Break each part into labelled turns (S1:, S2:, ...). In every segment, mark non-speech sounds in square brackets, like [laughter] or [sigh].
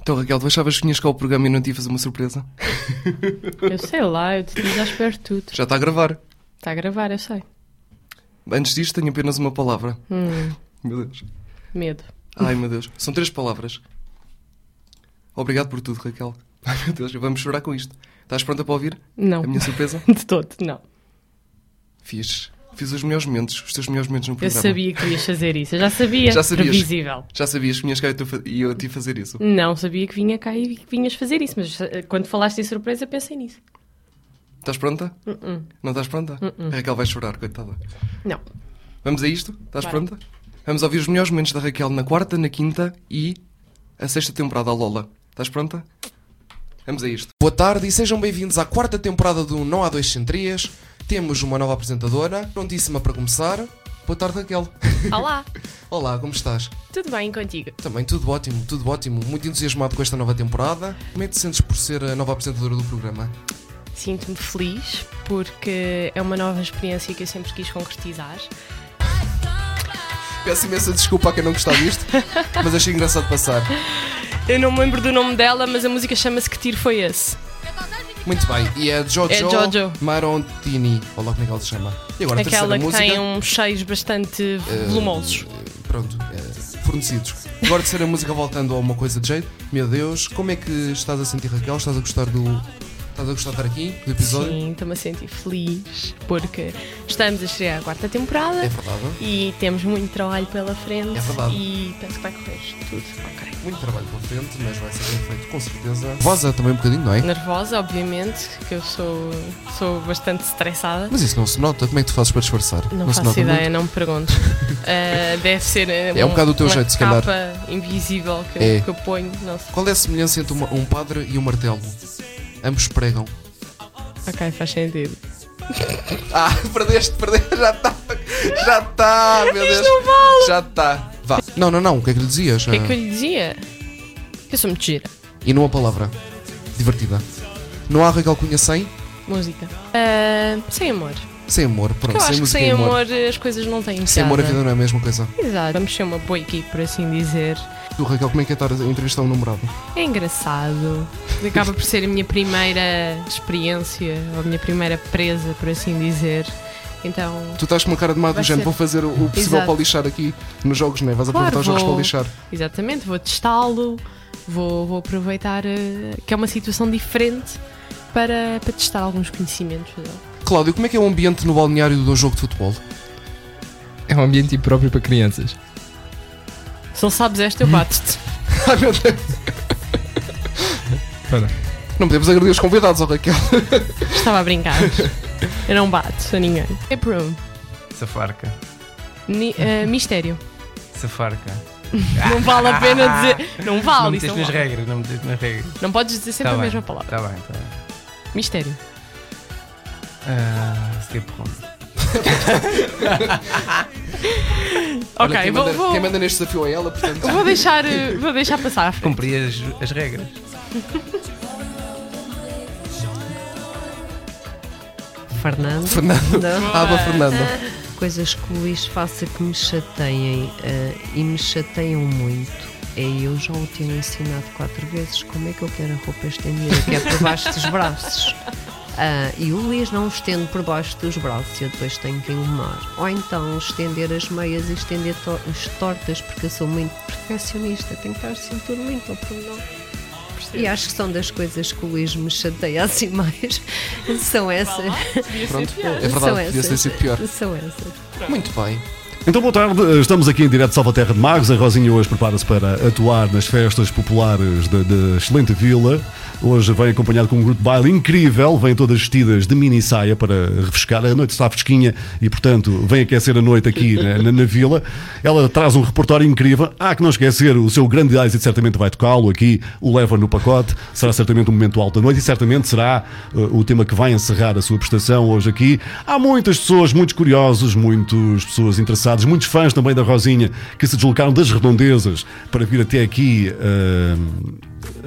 S1: Então, Raquel, tu achavas que vinhas cá ao programa e não te ia fazer uma surpresa?
S2: Eu sei lá, eu te digo, já espero tudo.
S1: Já está a gravar.
S2: Está a gravar, eu sei.
S1: Antes disto, tenho apenas uma palavra. Meu Deus.
S2: Hum, Medo.
S1: Ai, meu Deus. São três palavras. Obrigado por tudo, Raquel. Ai, meu Deus, vamos chorar com isto. Estás pronta para ouvir?
S2: Não.
S3: É
S1: A minha surpresa?
S2: [laughs] De todo, não.
S1: Fiz. Fiz os melhores momentos, os teus melhores momentos no
S2: Eu
S1: programa.
S2: sabia que ias fazer isso. Eu já sabia.
S1: Já sabias.
S2: Previsível.
S1: Já sabias que vinhas cá e tu fa- e eu te ia fazer isso.
S2: Não sabia que vinha cá e que vinhas fazer isso, mas eh, quando falaste em surpresa, pensei nisso.
S1: Estás pronta?
S2: Hum,
S1: Não estás pronta? A Raquel vai chorar, coitada.
S2: Não.
S1: Vamos a isto? Estás
S2: Bora.
S1: pronta? Vamos ouvir os melhores momentos da Raquel na quarta, na quinta e a sexta temporada, a Lola. Estás pronta? Vamos a isto.
S3: Boa tarde e sejam bem-vindos à quarta temporada do Não Há Dois Sem Três. Temos uma nova apresentadora, prontíssima para começar. Boa tarde, Raquel. [laughs]
S2: Olá,
S3: Olá, como estás?
S2: tudo bem contigo?
S3: Também tudo ótimo, tudo ótimo. Muito entusiasmado com esta nova temporada. Como é que te sentes por ser a nova apresentadora do programa?
S2: Sinto-me feliz porque é uma nova experiência que eu sempre quis concretizar.
S3: Peço imensa desculpa a quem não gostar [laughs] disto, mas achei engraçado passar.
S2: Eu não me lembro do nome dela, mas a música chama-se Que Tiro Foi Esse?
S3: Muito bem, e é Jojo,
S2: É Jojo.
S3: Marontini. Olá, como é que ela se chama? E agora
S2: Aquela
S3: a terceira
S2: que
S3: música. Eh,
S2: tem um- uns cheios bastante volumosos.
S3: Pronto, é, fornecidos. Agora de ser a música voltando a uma coisa de jeito. Meu Deus, como é que estás a sentir, Raquel? Estás a gostar do. Estás a gostar de estar aqui, do episódio?
S2: Sim, estou-me a sentir feliz porque estamos a estrear a quarta temporada
S3: É verdade.
S2: e temos muito trabalho pela frente
S3: É verdade.
S2: e penso que vai correr tudo ok.
S3: Muito trabalho pela frente, mas vai ser bem feito, com certeza. Vosa também um bocadinho, não é?
S2: Nervosa, obviamente, que eu sou, sou bastante estressada.
S3: Mas isso não se nota. Como é que tu fazes para disfarçar?
S2: Não,
S3: se
S2: faço
S3: nota
S2: ideia, não
S3: [laughs]
S2: me perguntes. Ah, deve ser
S3: É um bocado o teu
S2: uma
S3: jeito, se
S2: capa
S3: calhar.
S2: invisível que, eu-
S3: É.
S2: que eu ponho, não sei.
S3: Qual é a semelhança entre uma- um padre e um martelo? Ambos pregam.
S2: Ok, faz sentido.
S3: Ah, [laughs] perdeste, perdeste, já está. Já está, meu Deus.
S2: não vale.
S3: Já está. Vá. Não, não, não. O que é que lhe dizias? Ah,
S2: O que é que eu lhe dizia? Que eu sou muito gira.
S3: E numa palavra divertida. Não há Raquel Cunha sem?
S2: Música. Ah, sem amor. Porque
S3: Sem amor, pronto.
S2: eu acho que
S3: música
S2: sem
S3: e
S2: amor. as coisas não têm
S3: Sem amor a
S2: piada.
S3: vida não é a mesma coisa.
S2: Exato, vamos ser uma boa equipe, por assim dizer.
S3: Tu, Raquel, como é que é estar a entrevistar um namorado?
S2: É engraçado. Acaba por ser a minha primeira experiência, ou a minha primeira presa, por assim dizer. Então,
S3: Tu estás com uma cara de má do
S2: Vai
S3: género,
S2: ser.
S3: vou fazer o- o possível
S2: Exato.
S3: para lixar aqui nos jogos, não é? Vais
S2: Claro,
S3: aproveitar os jogos
S2: vou.
S3: para lixar.
S2: exatamente, vou testá-lo, vou, vou aproveitar eh, que é uma situação diferente para, para testar alguns conhecimentos dele.
S3: Cláudio, como é que é o ambiente no balneário de um jogo de futebol?
S4: É um ambiente impróprio para crianças.
S2: Se não sabes esta, eu
S5: [laughs]
S2: bato-te.
S3: Ai, meu Deus.
S4: Espera.
S3: Não podemos agredir os convidados, ó Raquel.
S2: Estava a brincar. Eu não bato a ninguém.
S5: É
S2: Escape room.
S5: Safarca.
S2: Ni- eh, mistério.
S5: Safarca.
S2: Não vale a pena
S5: [laughs]
S2: dizer. Não
S5: não
S2: vale, isso
S5: meteste
S2: não
S5: nas
S2: vale.
S5: regras, não meteste nas regras.
S2: Não podes dizer sempre
S5: Tá
S2: a
S5: bem.
S2: mesma palavra.
S5: Está bem, está bem.
S2: Mistério.
S5: Ah, skip room.
S2: Ok,
S3: Olha, quem,
S2: vou,
S3: manda,
S2: vou-
S3: quem manda neste desafio é ela, portanto. [laughs]
S2: vou deixar, eh, vou deixar passar à frente.
S5: Cumpri as, as regras.
S6: Fernando.
S3: Fernando. Aba Fernanda.
S6: Coisas que o Luís faça que me chateiem eh, e me chateiam muito. É eu já o tinha ensinado quatro vezes como é que eu quero a roupa estendida, que é por baixo dos braços. Ah, e o Luís não estende por baixo dos braços, eu depois tenho que engomar. Ou então estender as meias e estender to- as tortas, porque eu sou muito perfeccionista, tenho que estar sempre tudo muito ao pormenor. E acho que são das coisas que o Luís me chateia assim mais. [laughs] São essas.
S3: Pronto, é
S6: São
S3: verdade, podia ter
S6: essas.
S3: sido pior.
S6: São essas.
S3: Muito bem.
S7: Então, boa tarde. Estamos aqui em direto de Salvaterra de Magos. A Rosinha hoje prepara-se para atuar nas festas populares da, da excelente vila. Hoje vem acompanhado com um grupo de baile incrível. Vêm todas vestidas de mini saia para refrescar. A noite está fresquinha e, portanto, vem aquecer a noite aqui na, na- na vila. Ela traz um repertório incrível. Há Ah, que não esquecer o seu grande Aizit certamente vai tocá-lo aqui. O leva no pacote. Será certamente um momento alto da noite e certamente será uh, o tema que vai encerrar a sua prestação hoje aqui. Há muitas pessoas, muitos curiosos, muitas pessoas interessadas, muitos fãs também da Rosinha que se deslocaram das redondezas para vir até aqui uh,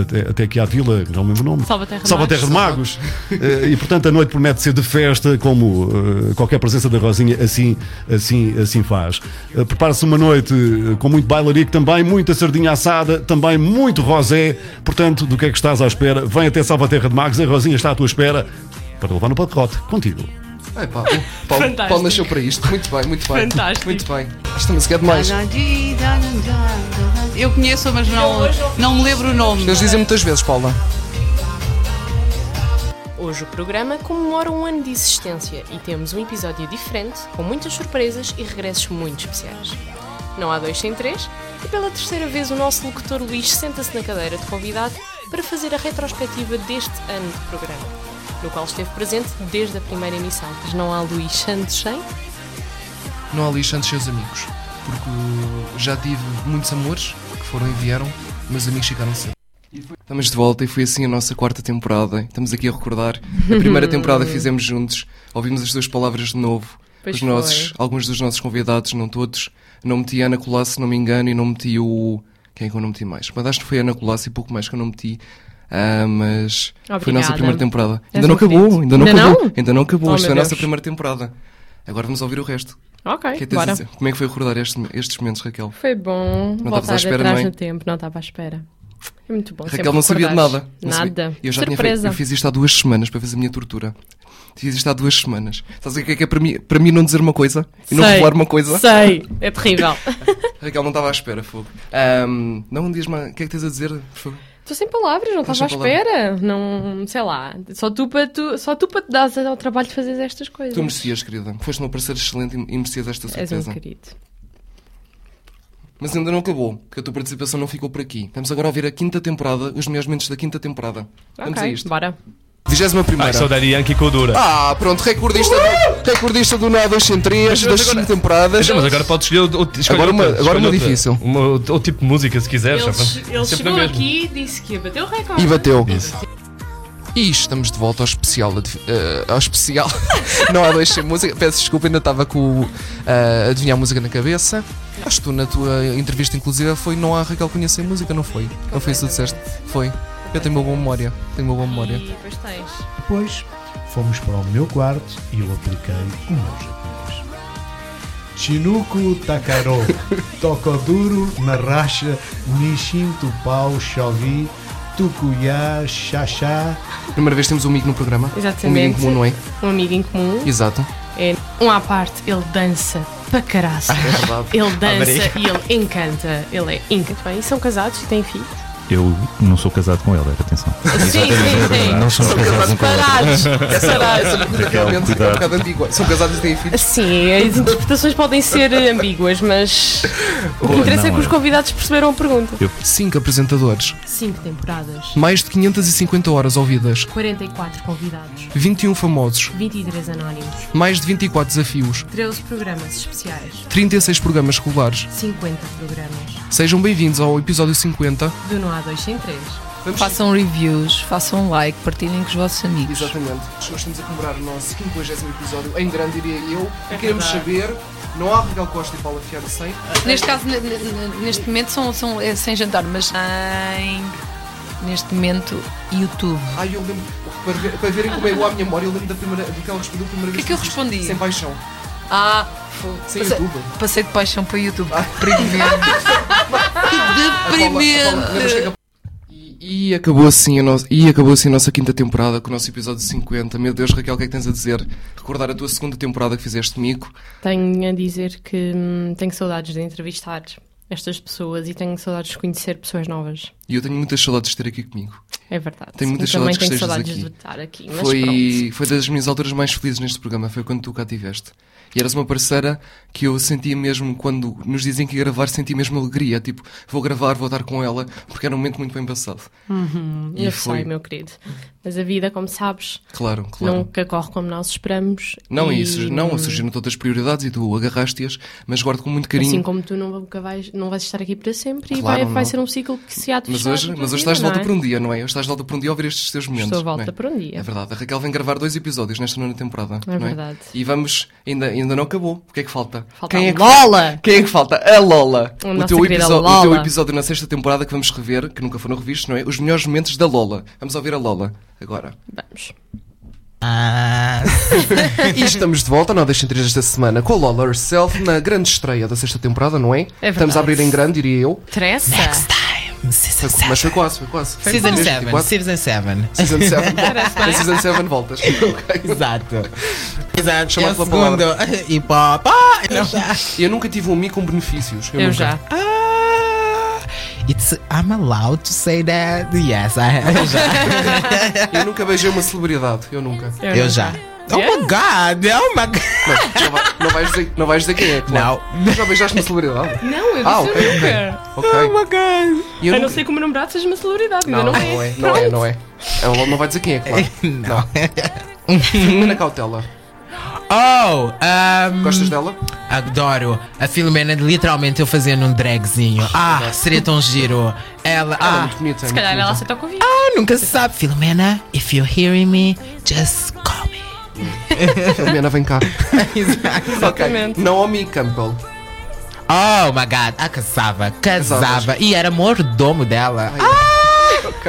S7: até, até aqui à vila, não lembro o nome.
S2: Salva a Terra de
S7: Salva a Terra de Magos. Eh, e portanto a noite promete ser de festa, como eh, qualquer presença da Rosinha assim, assim, assim faz. Eh, Prepara-se uma noite eh, com muito bailarico também, muita sardinha assada, também muito rosé. Portanto, do que é que estás à espera? Vem até Salva a Terra de Magos, a Rosinha está à tua espera para levar no pacote. Contigo.
S3: Ai, pá, o Paulo,
S2: Fantástico.
S3: Paulo nasceu para isto. Muito bem, muito bem.
S2: Fantástico.
S3: Muito bem. Esta música é demais.
S8: Eu conheço, mas não, não me lembro o nome.
S3: Eles dizem muitas vezes, Paula.
S2: Hoje o programa comemora um ano de existência e temos um episódio diferente, com muitas surpresas e regressos muito especiais. Não há dois sem três, e pela terceira vez o nosso locutor Luís senta-se na cadeira de convidado para fazer a retrospectiva deste ano de programa, no qual esteve presente desde a primeira emissão. Mas não há Luís Santos sem?
S3: não há lixo antes seus amigos. Porque já tive muitos amores que foram e vieram, mas amigos ficaram sempre. Estamos de volta e foi assim a nossa quarta temporada. Estamos aqui a recordar. A
S2: [laughs]
S3: primeira temporada fizemos juntos, ouvimos as duas palavras de novo.
S2: Pois
S3: Os nossos, alguns dos nossos convidados, não todos. Não meti a Ana Colasso, se não me engano, e não meti o. Quem é que eu não meti mais? Mas acho que foi a Ana Colasso e pouco mais que eu não meti. Ah, mas foi a nossa
S2: Obrigada.
S3: primeira temporada.
S2: És
S3: ainda não
S2: um querido.
S3: acabou, ainda não
S2: Ainda
S3: acabou.
S2: não?
S3: Ainda não acabou.
S2: Oh,
S3: Esta é
S2: meu
S3: a nossa
S2: Deus.
S3: primeira temporada. Agora vamos ouvir o resto. O que
S2: Ok,
S3: é que tens a dizer? Como é que foi recordar este- estes momentos, Raquel?
S2: Foi bom
S3: Não estavas à espera, não é?
S2: tempo, não estava à espera. É muito bom.
S3: Raquel não sabia de nada. Não sabia. Eu já tinha feito- eu fiz isto há duas semanas para fazer a minha tortura. Fiz isto há duas semanas. Sabes o que é que é para mim, para mim não dizer uma coisa e não revelar uma coisa?
S2: Sei,
S3: [laughs]
S2: é terrível.
S3: Raquel não estava à espera, fogo. Ahm, não, diz-me, o que é que tens a dizer? Por favor.
S2: Estou sem palavras, não
S3: Estás
S2: estava à
S3: sem
S2: espera. Não, sei lá. Só tu para tu, só tu para te dares ao trabalho de fazer estas coisas.
S3: Tu merecias, querida. Foste uma parceira excelente e e merecias esta
S2: És um
S3: surpresa.
S2: querido.
S3: Mas ainda não acabou, porque a tua participação não ficou por aqui. Vamos agora ouvir a quinta temporada, os melhores momentos da quinta temporada. Vamos a
S2: ok,
S3: isto.
S2: bora.
S3: 21 primeira.
S9: Saudade Yankee com dura.
S3: Ah, pronto, recordista, do, recordista do Nada 203 das 5 temporadas.
S9: Mas agora podes escolher outro- outro. escolhe
S3: Agora uma-
S9: outra,
S3: agora uma
S9: escolhe outra.
S3: difícil.
S9: Uma- Outro outro tipo de música, se quiseres. sabe?
S2: Ele,
S9: Sempre chegou na mesma.
S2: aqui e disse que ia bater o recorde.
S3: E bateu. E estamos de volta ao especial. adiv- eh, ao especial. [laughs] não há dois sem música. Peço desculpa, ainda estava com o, eh, adivinhar música na cabeça. Acho que tu, na tua entrevista, inclusive, foi Não há Raquel conhecer música, não foi? Não foi isso que tu disseste? Foi. Eu tenho uma boa memória. Tenho uma boa memória.
S2: Depois tens.
S10: Depois fomos para o meu quarto e eu apliquei o meu japonês. Chinuku Takaro, Tokoduro, Narracha, Nishin Tupau, Shogi, Tukuya, Xaxá,
S3: Primeira vez temos um amigo no programa. Um amigo em
S2: Exatamente.
S3: comum, não é?
S2: Um amigo em comum.
S3: Exato.
S2: É um à parte, ele dança para caraça.
S11: É
S2: ele dança e ele encanta. Ele é encanta. Bem, e são casados e têm filhos.
S11: Eu não sou casado com ela, atenção.
S2: Sim, sim, sim.
S11: é Não somos casados um com a outra.
S2: Parados.
S3: Essa pergunta realmente é um
S11: cuidado.
S3: bocado ambígua. São casados e têm filhos.
S2: Sim, as interpretações podem
S11: [laughs]
S2: ser ambíguas, mas o que
S11: Ou
S2: interessa é
S11: não,
S2: que os
S11: é.
S2: convidados perceberam a pergunta.
S3: Cinco apresentadores.
S2: Cinco temporadas,
S3: Mais de 550 horas ouvidas.
S2: 44 convidados,
S3: 21 famosos.
S2: 23 anónimos,
S3: Mais de 24 desafios.
S2: 13 programas especiais,
S3: 36 programas escolares.
S2: 50 programas.
S3: Sejam bem-vindos ao episódio 50.
S2: Do Não Há Dois Sem Três.
S8: Façam reviews, façam um like, partilhem com os vossos amigos.
S3: Exatamente. Nós estamos a comemorar o nosso 50 episódio, em grande, diria
S8: É
S3: eu. E queremos saber, não há Miguel Costa e Paula Fiara sem.
S8: Neste caso, ne- ne- ne- neste momento, são, são é, sem jantar, mas em, neste momento, YouTube.
S3: Ah, eu lembro, para, ver- para verem como é boa a minha memória, eu lembro da primeira, do que ela respondeu a
S8: O
S3: primeira
S8: que
S3: vez.
S8: é que eu
S3: disse,
S8: respondi?
S3: Sem paixão.
S8: Ah, fogo.
S3: Sem
S8: Passei- [laughs]
S3: YouTube.
S8: Passei de paixão para o YouTube. Deprimente.
S3: A Paula- é a Paula- lembras que
S8: Deprimente.
S3: acabou- E, e acabou assim a nossa, e acabou assim a nossa quinta temporada com o nosso episódio 50. Meu Deus, Raquel, o que é que tens a dizer? Recordar a tua segunda temporada que fizeste comigo.
S2: Tenho a dizer que hum, tenho saudades de entrevistar estas pessoas e tenho saudades de conhecer pessoas novas.
S3: E eu tenho muitas saudades de ter aqui comigo.
S2: É verdade.
S3: Tenho muitas
S2: Eu também
S3: saudades que
S2: tenho
S3: estejas
S2: saudades
S3: aqui.
S2: de estar aqui, mas pronto.
S3: Foi, foi das minhas alturas mais felizes neste programa, foi quando tu cá tiveste. E eras uma parceira que eu sentia mesmo, quando nos dizem que ia gravar, sentia mesmo alegria. Tipo, vou gravar, vou estar com ela, porque era um momento muito bem passado. E
S2: Eu
S3: foi.
S2: sei, meu querido. Mas a vida, como sabes,
S3: Claro, claro. Não,
S2: nunca corre como nós esperamos.
S3: é
S2: e-
S3: isso, não, surgiram todas as prioridades e tu agarraste-as, mas guardo com muito carinho.
S2: Assim como tu não, nunca vais, não vais estar aqui para sempre e
S3: Claro,
S2: vai, vai
S3: não.
S2: ser um ciclo que se há de
S3: mas
S2: fechar
S3: hoje,
S2: na tua
S3: mas hoje
S2: vida,
S3: estás de volta
S2: não é?
S3: por um dia, não é? Hoje estás de volta por um dia a ouvir estes teus momentos.
S2: Estou de
S3: não
S2: volta
S3: é?
S2: por um dia.
S3: É verdade, a Raquel vem gravar dois episódios nesta nona temporada.
S2: É
S3: não
S2: verdade.
S3: E vamos, ainda, ainda ainda não acabou. O que é que falta?
S6: Falta
S3: quem, é
S6: a
S3: que,
S6: Lola!
S3: quem é que falta? A Lola.
S6: A
S3: O
S6: nossa
S3: teu,
S6: querida
S3: episo-
S6: Lola.
S3: o teu episódio na sexta temporada que vamos rever, que nunca foram revistos, não é? Os melhores momentos da Lola. Vamos ouvir a Lola agora.
S2: Vamos.
S3: E estamos de volta na Deixa Três desta semana com a Lola herself na grande estreia da sexta temporada, não é?
S6: verdade.
S3: estamos a abrir em grande, diria eu.
S2: Teresa.
S3: Foi- mas foi quase, foi quase. Foi
S5: Season
S3: mesmo,
S5: 7,
S3: quase. [laughs]
S5: Season 7.
S3: Season 7. Na Season 7 voltas.
S5: Exato. Exato.
S3: Chamado
S5: Chamado
S3: pela
S5: segundo. [laughs] Hip hop. Ah, não.
S3: É Eu nunca tive um Mi com benefícios. Eu,
S2: Eu
S3: nunca.
S2: já.
S5: Ah, It's, I'm allowed to say that. Yes, I [laughs]
S3: [laughs]
S5: eu já.
S3: Eu nunca beijei uma celebridade. Eu
S2: [laughs]
S3: nunca.
S5: Eu já. Oh my god, oh my god.
S3: Não, não, vai- não vais dizer, não vais dizer quem é, claro. Não. Já beijaste uma
S2: [laughs]
S3: celebridade?
S2: Não, eu disse
S3: Ah,
S2: eu
S3: ok,
S2: nunca.
S3: Ok.
S5: Oh my god.
S3: E eu
S2: A não
S3: nunca-
S2: ser que o meu namorado seja uma celebridade, ainda
S3: Não,
S2: não,
S3: não é, não é, não é. Ela não vai dizer [laughs] quem é, claro. Não. Filomena Cautela.
S5: Oh, um,
S3: Gostas dela?
S5: Adoro. A Filomena, literalmente, eu fazendo um dragzinho. Ah, seria tão giro.
S3: Ela
S5: Ela,
S3: é
S5: ah,
S3: muito bonita. é
S2: Se
S3: muito
S2: calhar ela
S3: bonita.
S2: aceita o convite.
S5: ah, nunca se sabe. Filomena, if you're hearing me, just call me.
S3: Filomena, vem cá.
S2: Exatamente.
S3: Ok. Naomi Campbell.
S5: Oh my god, a casava, casava.
S3: Casavas.
S5: E era mordomo dela. Ah!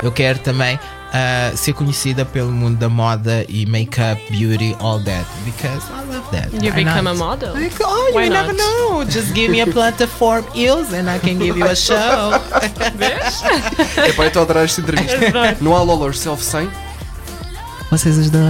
S5: Eu quero também ah, ser conhecida pelo mundo da moda e make-up, beauty, all that. Because I love that.
S2: You
S5: Why
S2: become a
S5: not?
S2: model.
S5: Like, oh,
S2: Why
S5: you
S2: not?
S5: never know. Just give me a platform, Ills, and I can give you a show.
S3: Epá, eu estou a É então adorar esta entrevista. Não há Lola Herself sem.
S5: Vocês os dois.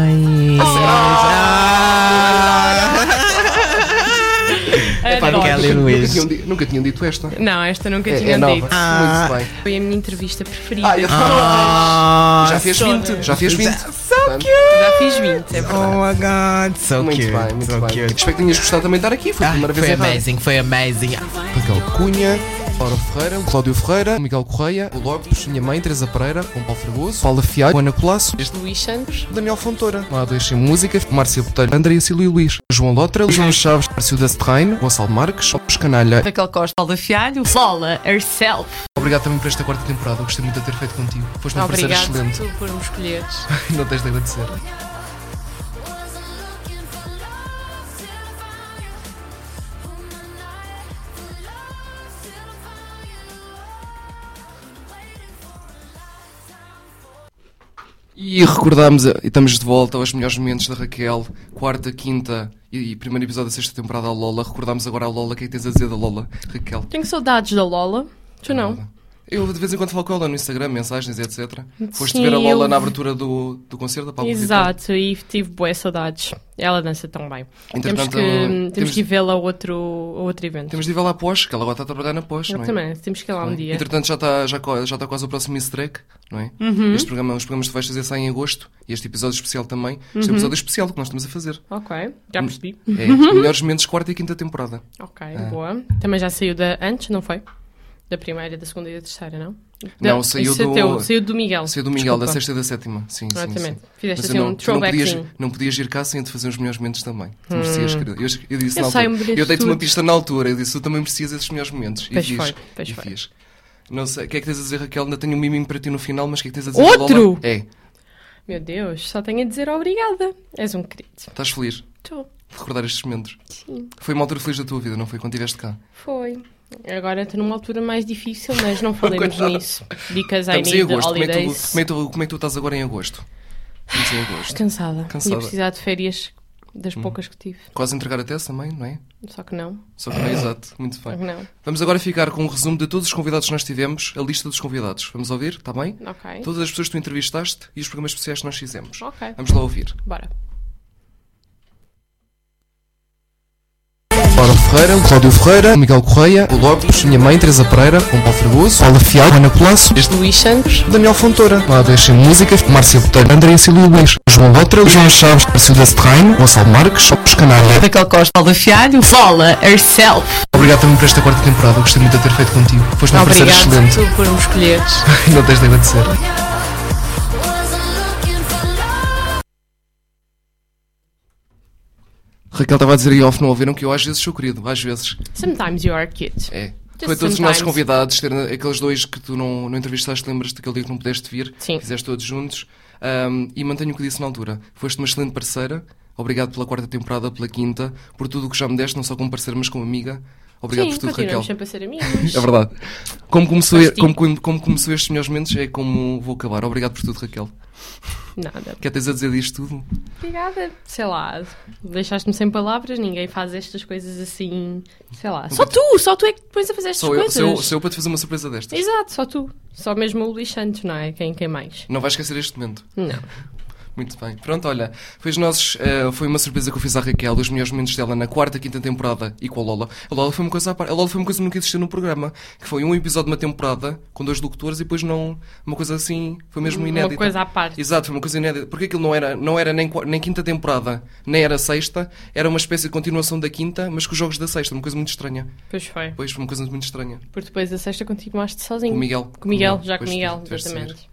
S5: É para
S2: Adoro.
S5: Kelly
S3: Nunca
S5: Luiz.
S3: tinham, di- nunca tinham dito esta.
S2: Não, esta nunca
S3: É,
S2: tinha
S3: é nova.
S2: dito.
S3: Muito bem.
S2: Foi a minha entrevista preferida.
S3: Ah, eu
S5: Ah,
S3: já fez 20. Já fez 20.
S5: So
S3: Portanto,
S2: Já fiz 20, é verdade.
S5: Oh my god, so
S3: Muito
S5: cute.
S3: bem, muito
S5: so
S3: bem.
S5: cute.
S3: Espero que tenhas gostado também de estar aqui. Foi a
S5: Ah,
S3: primeira vez
S5: foi
S3: em rádio.
S5: amazing, foi amazing.
S3: Raquel Cunha, Laura Ferreira, Cláudio Ferreira, Miguel Correia, o Lopes, minha mãe, Teresa Pereira, João Paulo Fragoso, Paula Fialho, Ana Colasso, este
S2: Luís Santos.
S3: Daniel Fontoura, Não há dois sem música, Márcia Botelho, André Silvio Luís, João Lotra, João Chaves, Márcio da Terrain, Gonçalo Marques, Lopes Canalha.
S8: Raquel Costa, Alda Fialho.
S2: Lola herself.
S3: Obrigado também por esta quarta temporada, gostei muito de ter feito contigo. Foste um parceiro
S2: Obrigado
S3: excelente,
S2: tu por me escolheres.
S3: não tens de agradecer. E recordamos, eh, e estamos de volta aos melhores momentos da Raquel, quarta, quinta e, e primeiro episódio da sexta temporada da Lola. Recordamos agora a Lola, o que é que tens a dizer da Lola, Raquel?
S2: Tenho saudades da Lola. Tu não?
S3: Eu de vez em quando falo com ela no Instagram, mensagens, etc. Foste
S2: Sim,
S3: ver a Lola
S2: eu-
S3: na abertura do, do concerto da Pablo Vittar.
S2: Exato, e tive boas saudades. Ela dança tão bem. Temos
S3: Entretanto,
S2: que, temos
S3: temos-
S2: que ir vê-la a outro, a outro evento.
S3: Temos de ir lá à pós, que ela agora está a trabalhar na pós, não é?
S2: Exatamente, temos que ir lá um dia.
S3: Entretanto, já está, já, co- já está quase o próximo Easter egg, não é?
S2: Uhum.
S3: Este programa, os programas que tu vais fazer saem em agosto e este episódio especial também.
S2: Uhum.
S3: Este é um episódio especial que nós estamos a fazer.
S2: Ok, já percebi.
S3: É
S2: [laughs]
S3: os melhores momentos, quarta e quinta temporada.
S2: Ok,
S3: Ah.
S2: boa. Também já saiu da antes, não foi? Da primeira, da segunda e da terceira, não? Da-
S3: Não, saiu
S2: isso é
S3: do-
S2: teu, saiu do Miguel.
S3: Saiu é do Miguel,
S2: Desculpa.
S3: da sexta e da sétima. Sim, sim, sim.
S2: Exatamente. Fizeste
S3: Mas
S2: assim
S3: eu
S2: um
S3: não, tu não, podias,
S2: throwbacking.
S3: não podias ir cá sem te fazer os melhores momentos também. Tu merecias, querido. Eu, eu disse
S2: Hum. Eu
S3: na
S2: saio-me
S3: altura.
S2: disso
S3: Eu dei-te
S2: tudo.
S3: uma pista na altura. Eu disse, tu também precisas desses melhores momentos. E
S2: Pois
S3: fiz.
S2: foi, pois
S3: e
S2: foi.
S3: fiz. Não sei, o que é que tens a dizer, Raquel? Ainda tenho um miminho para ti no final, mas o que é que tens a dizer?
S2: Outro?
S3: Lola? É,
S2: Meu Deus, só tenho a dizer obrigada. És um querido.
S3: estás feliz
S2: Tu.
S3: de recordar estes momentos.
S2: Sim,
S3: Foi uma altura feliz da tua vida, não foi quando estiveste cá?
S2: foi. Agora estou numa altura mais difícil,
S3: [laughs]
S2: mas não falemos
S3: Coitada.
S2: nisso. Because I
S3: Estamos em
S2: need
S3: agosto. Como é, que tu,
S2: holidays.
S3: como, é que tu, como é que tu estás agora em agosto? Estamos em agosto.
S2: Cansada.
S3: Cansada. Uhum.
S2: Ia precisar de férias das poucas que tive.
S3: Quase entregar a tese também, não é?
S2: Só que não.
S3: Só que não é exato. Muito
S2: Só
S3: bem.
S2: que não.
S3: Vamos agora ficar com um resumo de todos os convidados que nós tivemos, a lista dos convidados. Vamos ouvir, está bem?
S2: Ok.
S3: Todas as pessoas que tu entrevistaste e os programas especiais que nós fizemos.
S2: Ok.
S3: Vamos lá ouvir.
S2: Bora.
S3: Laura Ferreira, Cláudio Ferreira, Miguel Correia, o Lopes, minha mãe, Teresa Pereira, João Paulo Fragoso, Paula Fial, Ana Colasso, este
S2: Luís Santos.
S3: Daniel Fontoura, Lá Deixa em Música, Márcia Botelho, André Silvio Luís, João Lotra, João Chaves, Márcio da Terrain, Gonçalo Marques, Lopes Canalha.
S8: Raquel Costa, Alda Fialho. Lola herself.
S3: Obrigado também por esta quarta temporada, gostei muito de ter feito contigo. Foste um parceiro [laughs]
S2: Obrigado
S3: excelente,
S2: tu por me escolheres.
S3: não tens de agradecer. Raquel estava a dizer em off, não ouviram que eu às vezes sou querido, às vezes.
S2: Sometimes you are cute.
S3: É.
S2: Just
S3: Foi todos os nossos
S2: sometimes.
S3: convidados, ter aqueles dois que tu não, não entrevistaste, lembras-te daquele dia que não pudeste vir,
S2: Sim.
S3: fizeste todos juntos. Ahm, e mantenho o que disse na altura. Foste uma excelente parceira, Obrigado pela quarta temporada, pela quinta, por tudo o que já me deste, não só como parceiro, mas como amiga. Obrigado
S2: Sim,
S3: por tudo, Raquel.
S2: continuamos sempre a ser amigos.
S3: [laughs] É verdade. Como começou,
S2: Faz
S3: como,
S2: tipo.
S3: como, como começou estes melhores momentos é como vou acabar. Obrigado por tudo, Raquel.
S2: Nada.
S3: Quer teres a dizer disto tudo?
S2: Obrigada. Sei lá, deixaste-me sem palavras, ninguém faz estas coisas assim. Sei lá. Só tu, só tu é que te pões a fazer estas
S3: Sou eu,
S2: coisas.
S3: sou, eu, sou eu para te fazer uma surpresa destas.
S2: Exato, só tu. Só mesmo o Luís Santos, não é? Quem, quem mais?
S3: Não vais esquecer este momento.
S2: Não.
S3: Muito bem. Pronto, olha, foi, os nossos, eh, foi uma surpresa que eu fiz à Raquel, os melhores momentos dela na quarta, quinta temporada e com a Lola. A Lola foi uma coisa à par. A Lola foi uma coisa que nunca existiu no programa, que foi um episódio de uma temporada com dois locutores e depois não. Uma coisa assim, foi mesmo
S2: Uma
S3: inédita.
S2: coisa à parte.
S3: Exato, foi uma coisa inédita. Porque aquilo não era, não era nem, qua- nem quinta temporada, nem era sexta, era uma espécie de continuação da quinta, mas com os jogos da sexta, uma coisa muito estranha.
S2: Pois foi.
S3: Pois foi uma coisa muito estranha.
S2: Porque depois da sexta continuaste sozinho.
S3: Com o Miguel.
S2: Com o Miguel,
S3: Com o Miguel,
S2: já com o
S3: depois
S2: Miguel,
S3: tiveste de sair.
S2: exatamente.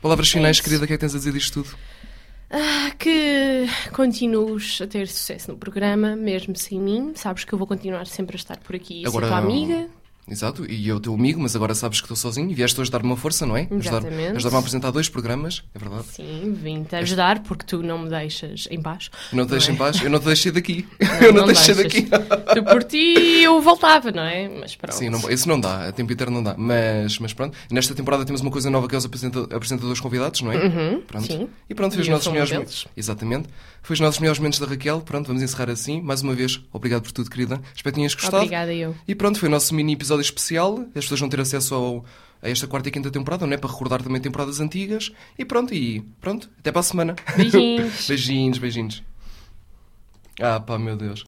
S3: Palavras finais,
S2: isso.
S3: querida, o que é que tens a dizer disto tudo?
S2: Ah, que continues a ter sucesso no programa, mesmo sem mim. Sabes que eu vou continuar sempre a estar por aqui e ser tua amiga.
S3: Exato, e eu teu amigo, mas agora sabes que estou sozinho e vieste hoje dar-me uma força, não é? Ajudar-
S2: Exatamente.
S3: Ajudar-me a apresentar dois programas, é verdade.
S2: Sim, vim-te ajudar porque tu não me deixas em paz.
S3: Eu não te deixo
S2: é?
S3: em paz, eu não te deixei
S2: [laughs]
S3: daqui. eu não,
S2: não
S3: te deixei
S2: deixas.
S3: daqui.
S2: Tu por ti eu voltava, não é? Mas pronto.
S3: Sim, não- isso não dá, a tempo inteiro não dá. Mas, mas pronto, nesta temporada temos uma coisa nova que é os apresenta- apresentadores convidados, não é?
S2: Uhum,
S3: pronto.
S2: sim.
S3: E pronto, foi
S2: E
S3: os
S2: eu
S3: nossos
S2: sou um
S3: melhores
S2: deles.
S3: momentos. Exatamente. Foi os nossos melhores momentos da Raquel. Pronto, vamos encerrar assim. Mais uma vez, obrigado por tudo, querida. Espero que tenhas gostado.
S2: Obrigada eu.
S3: E pronto, foi o nosso mini episódio especial. As pessoas vão ter acesso ao- a esta quarta e quinta temporada, não é? Para recordar também temporadas antigas. E pronto, e pronto, até para a semana. [laughs]
S2: Beijinhos.
S3: beijinhos, beijinhos. Ah, pá, meu Deus.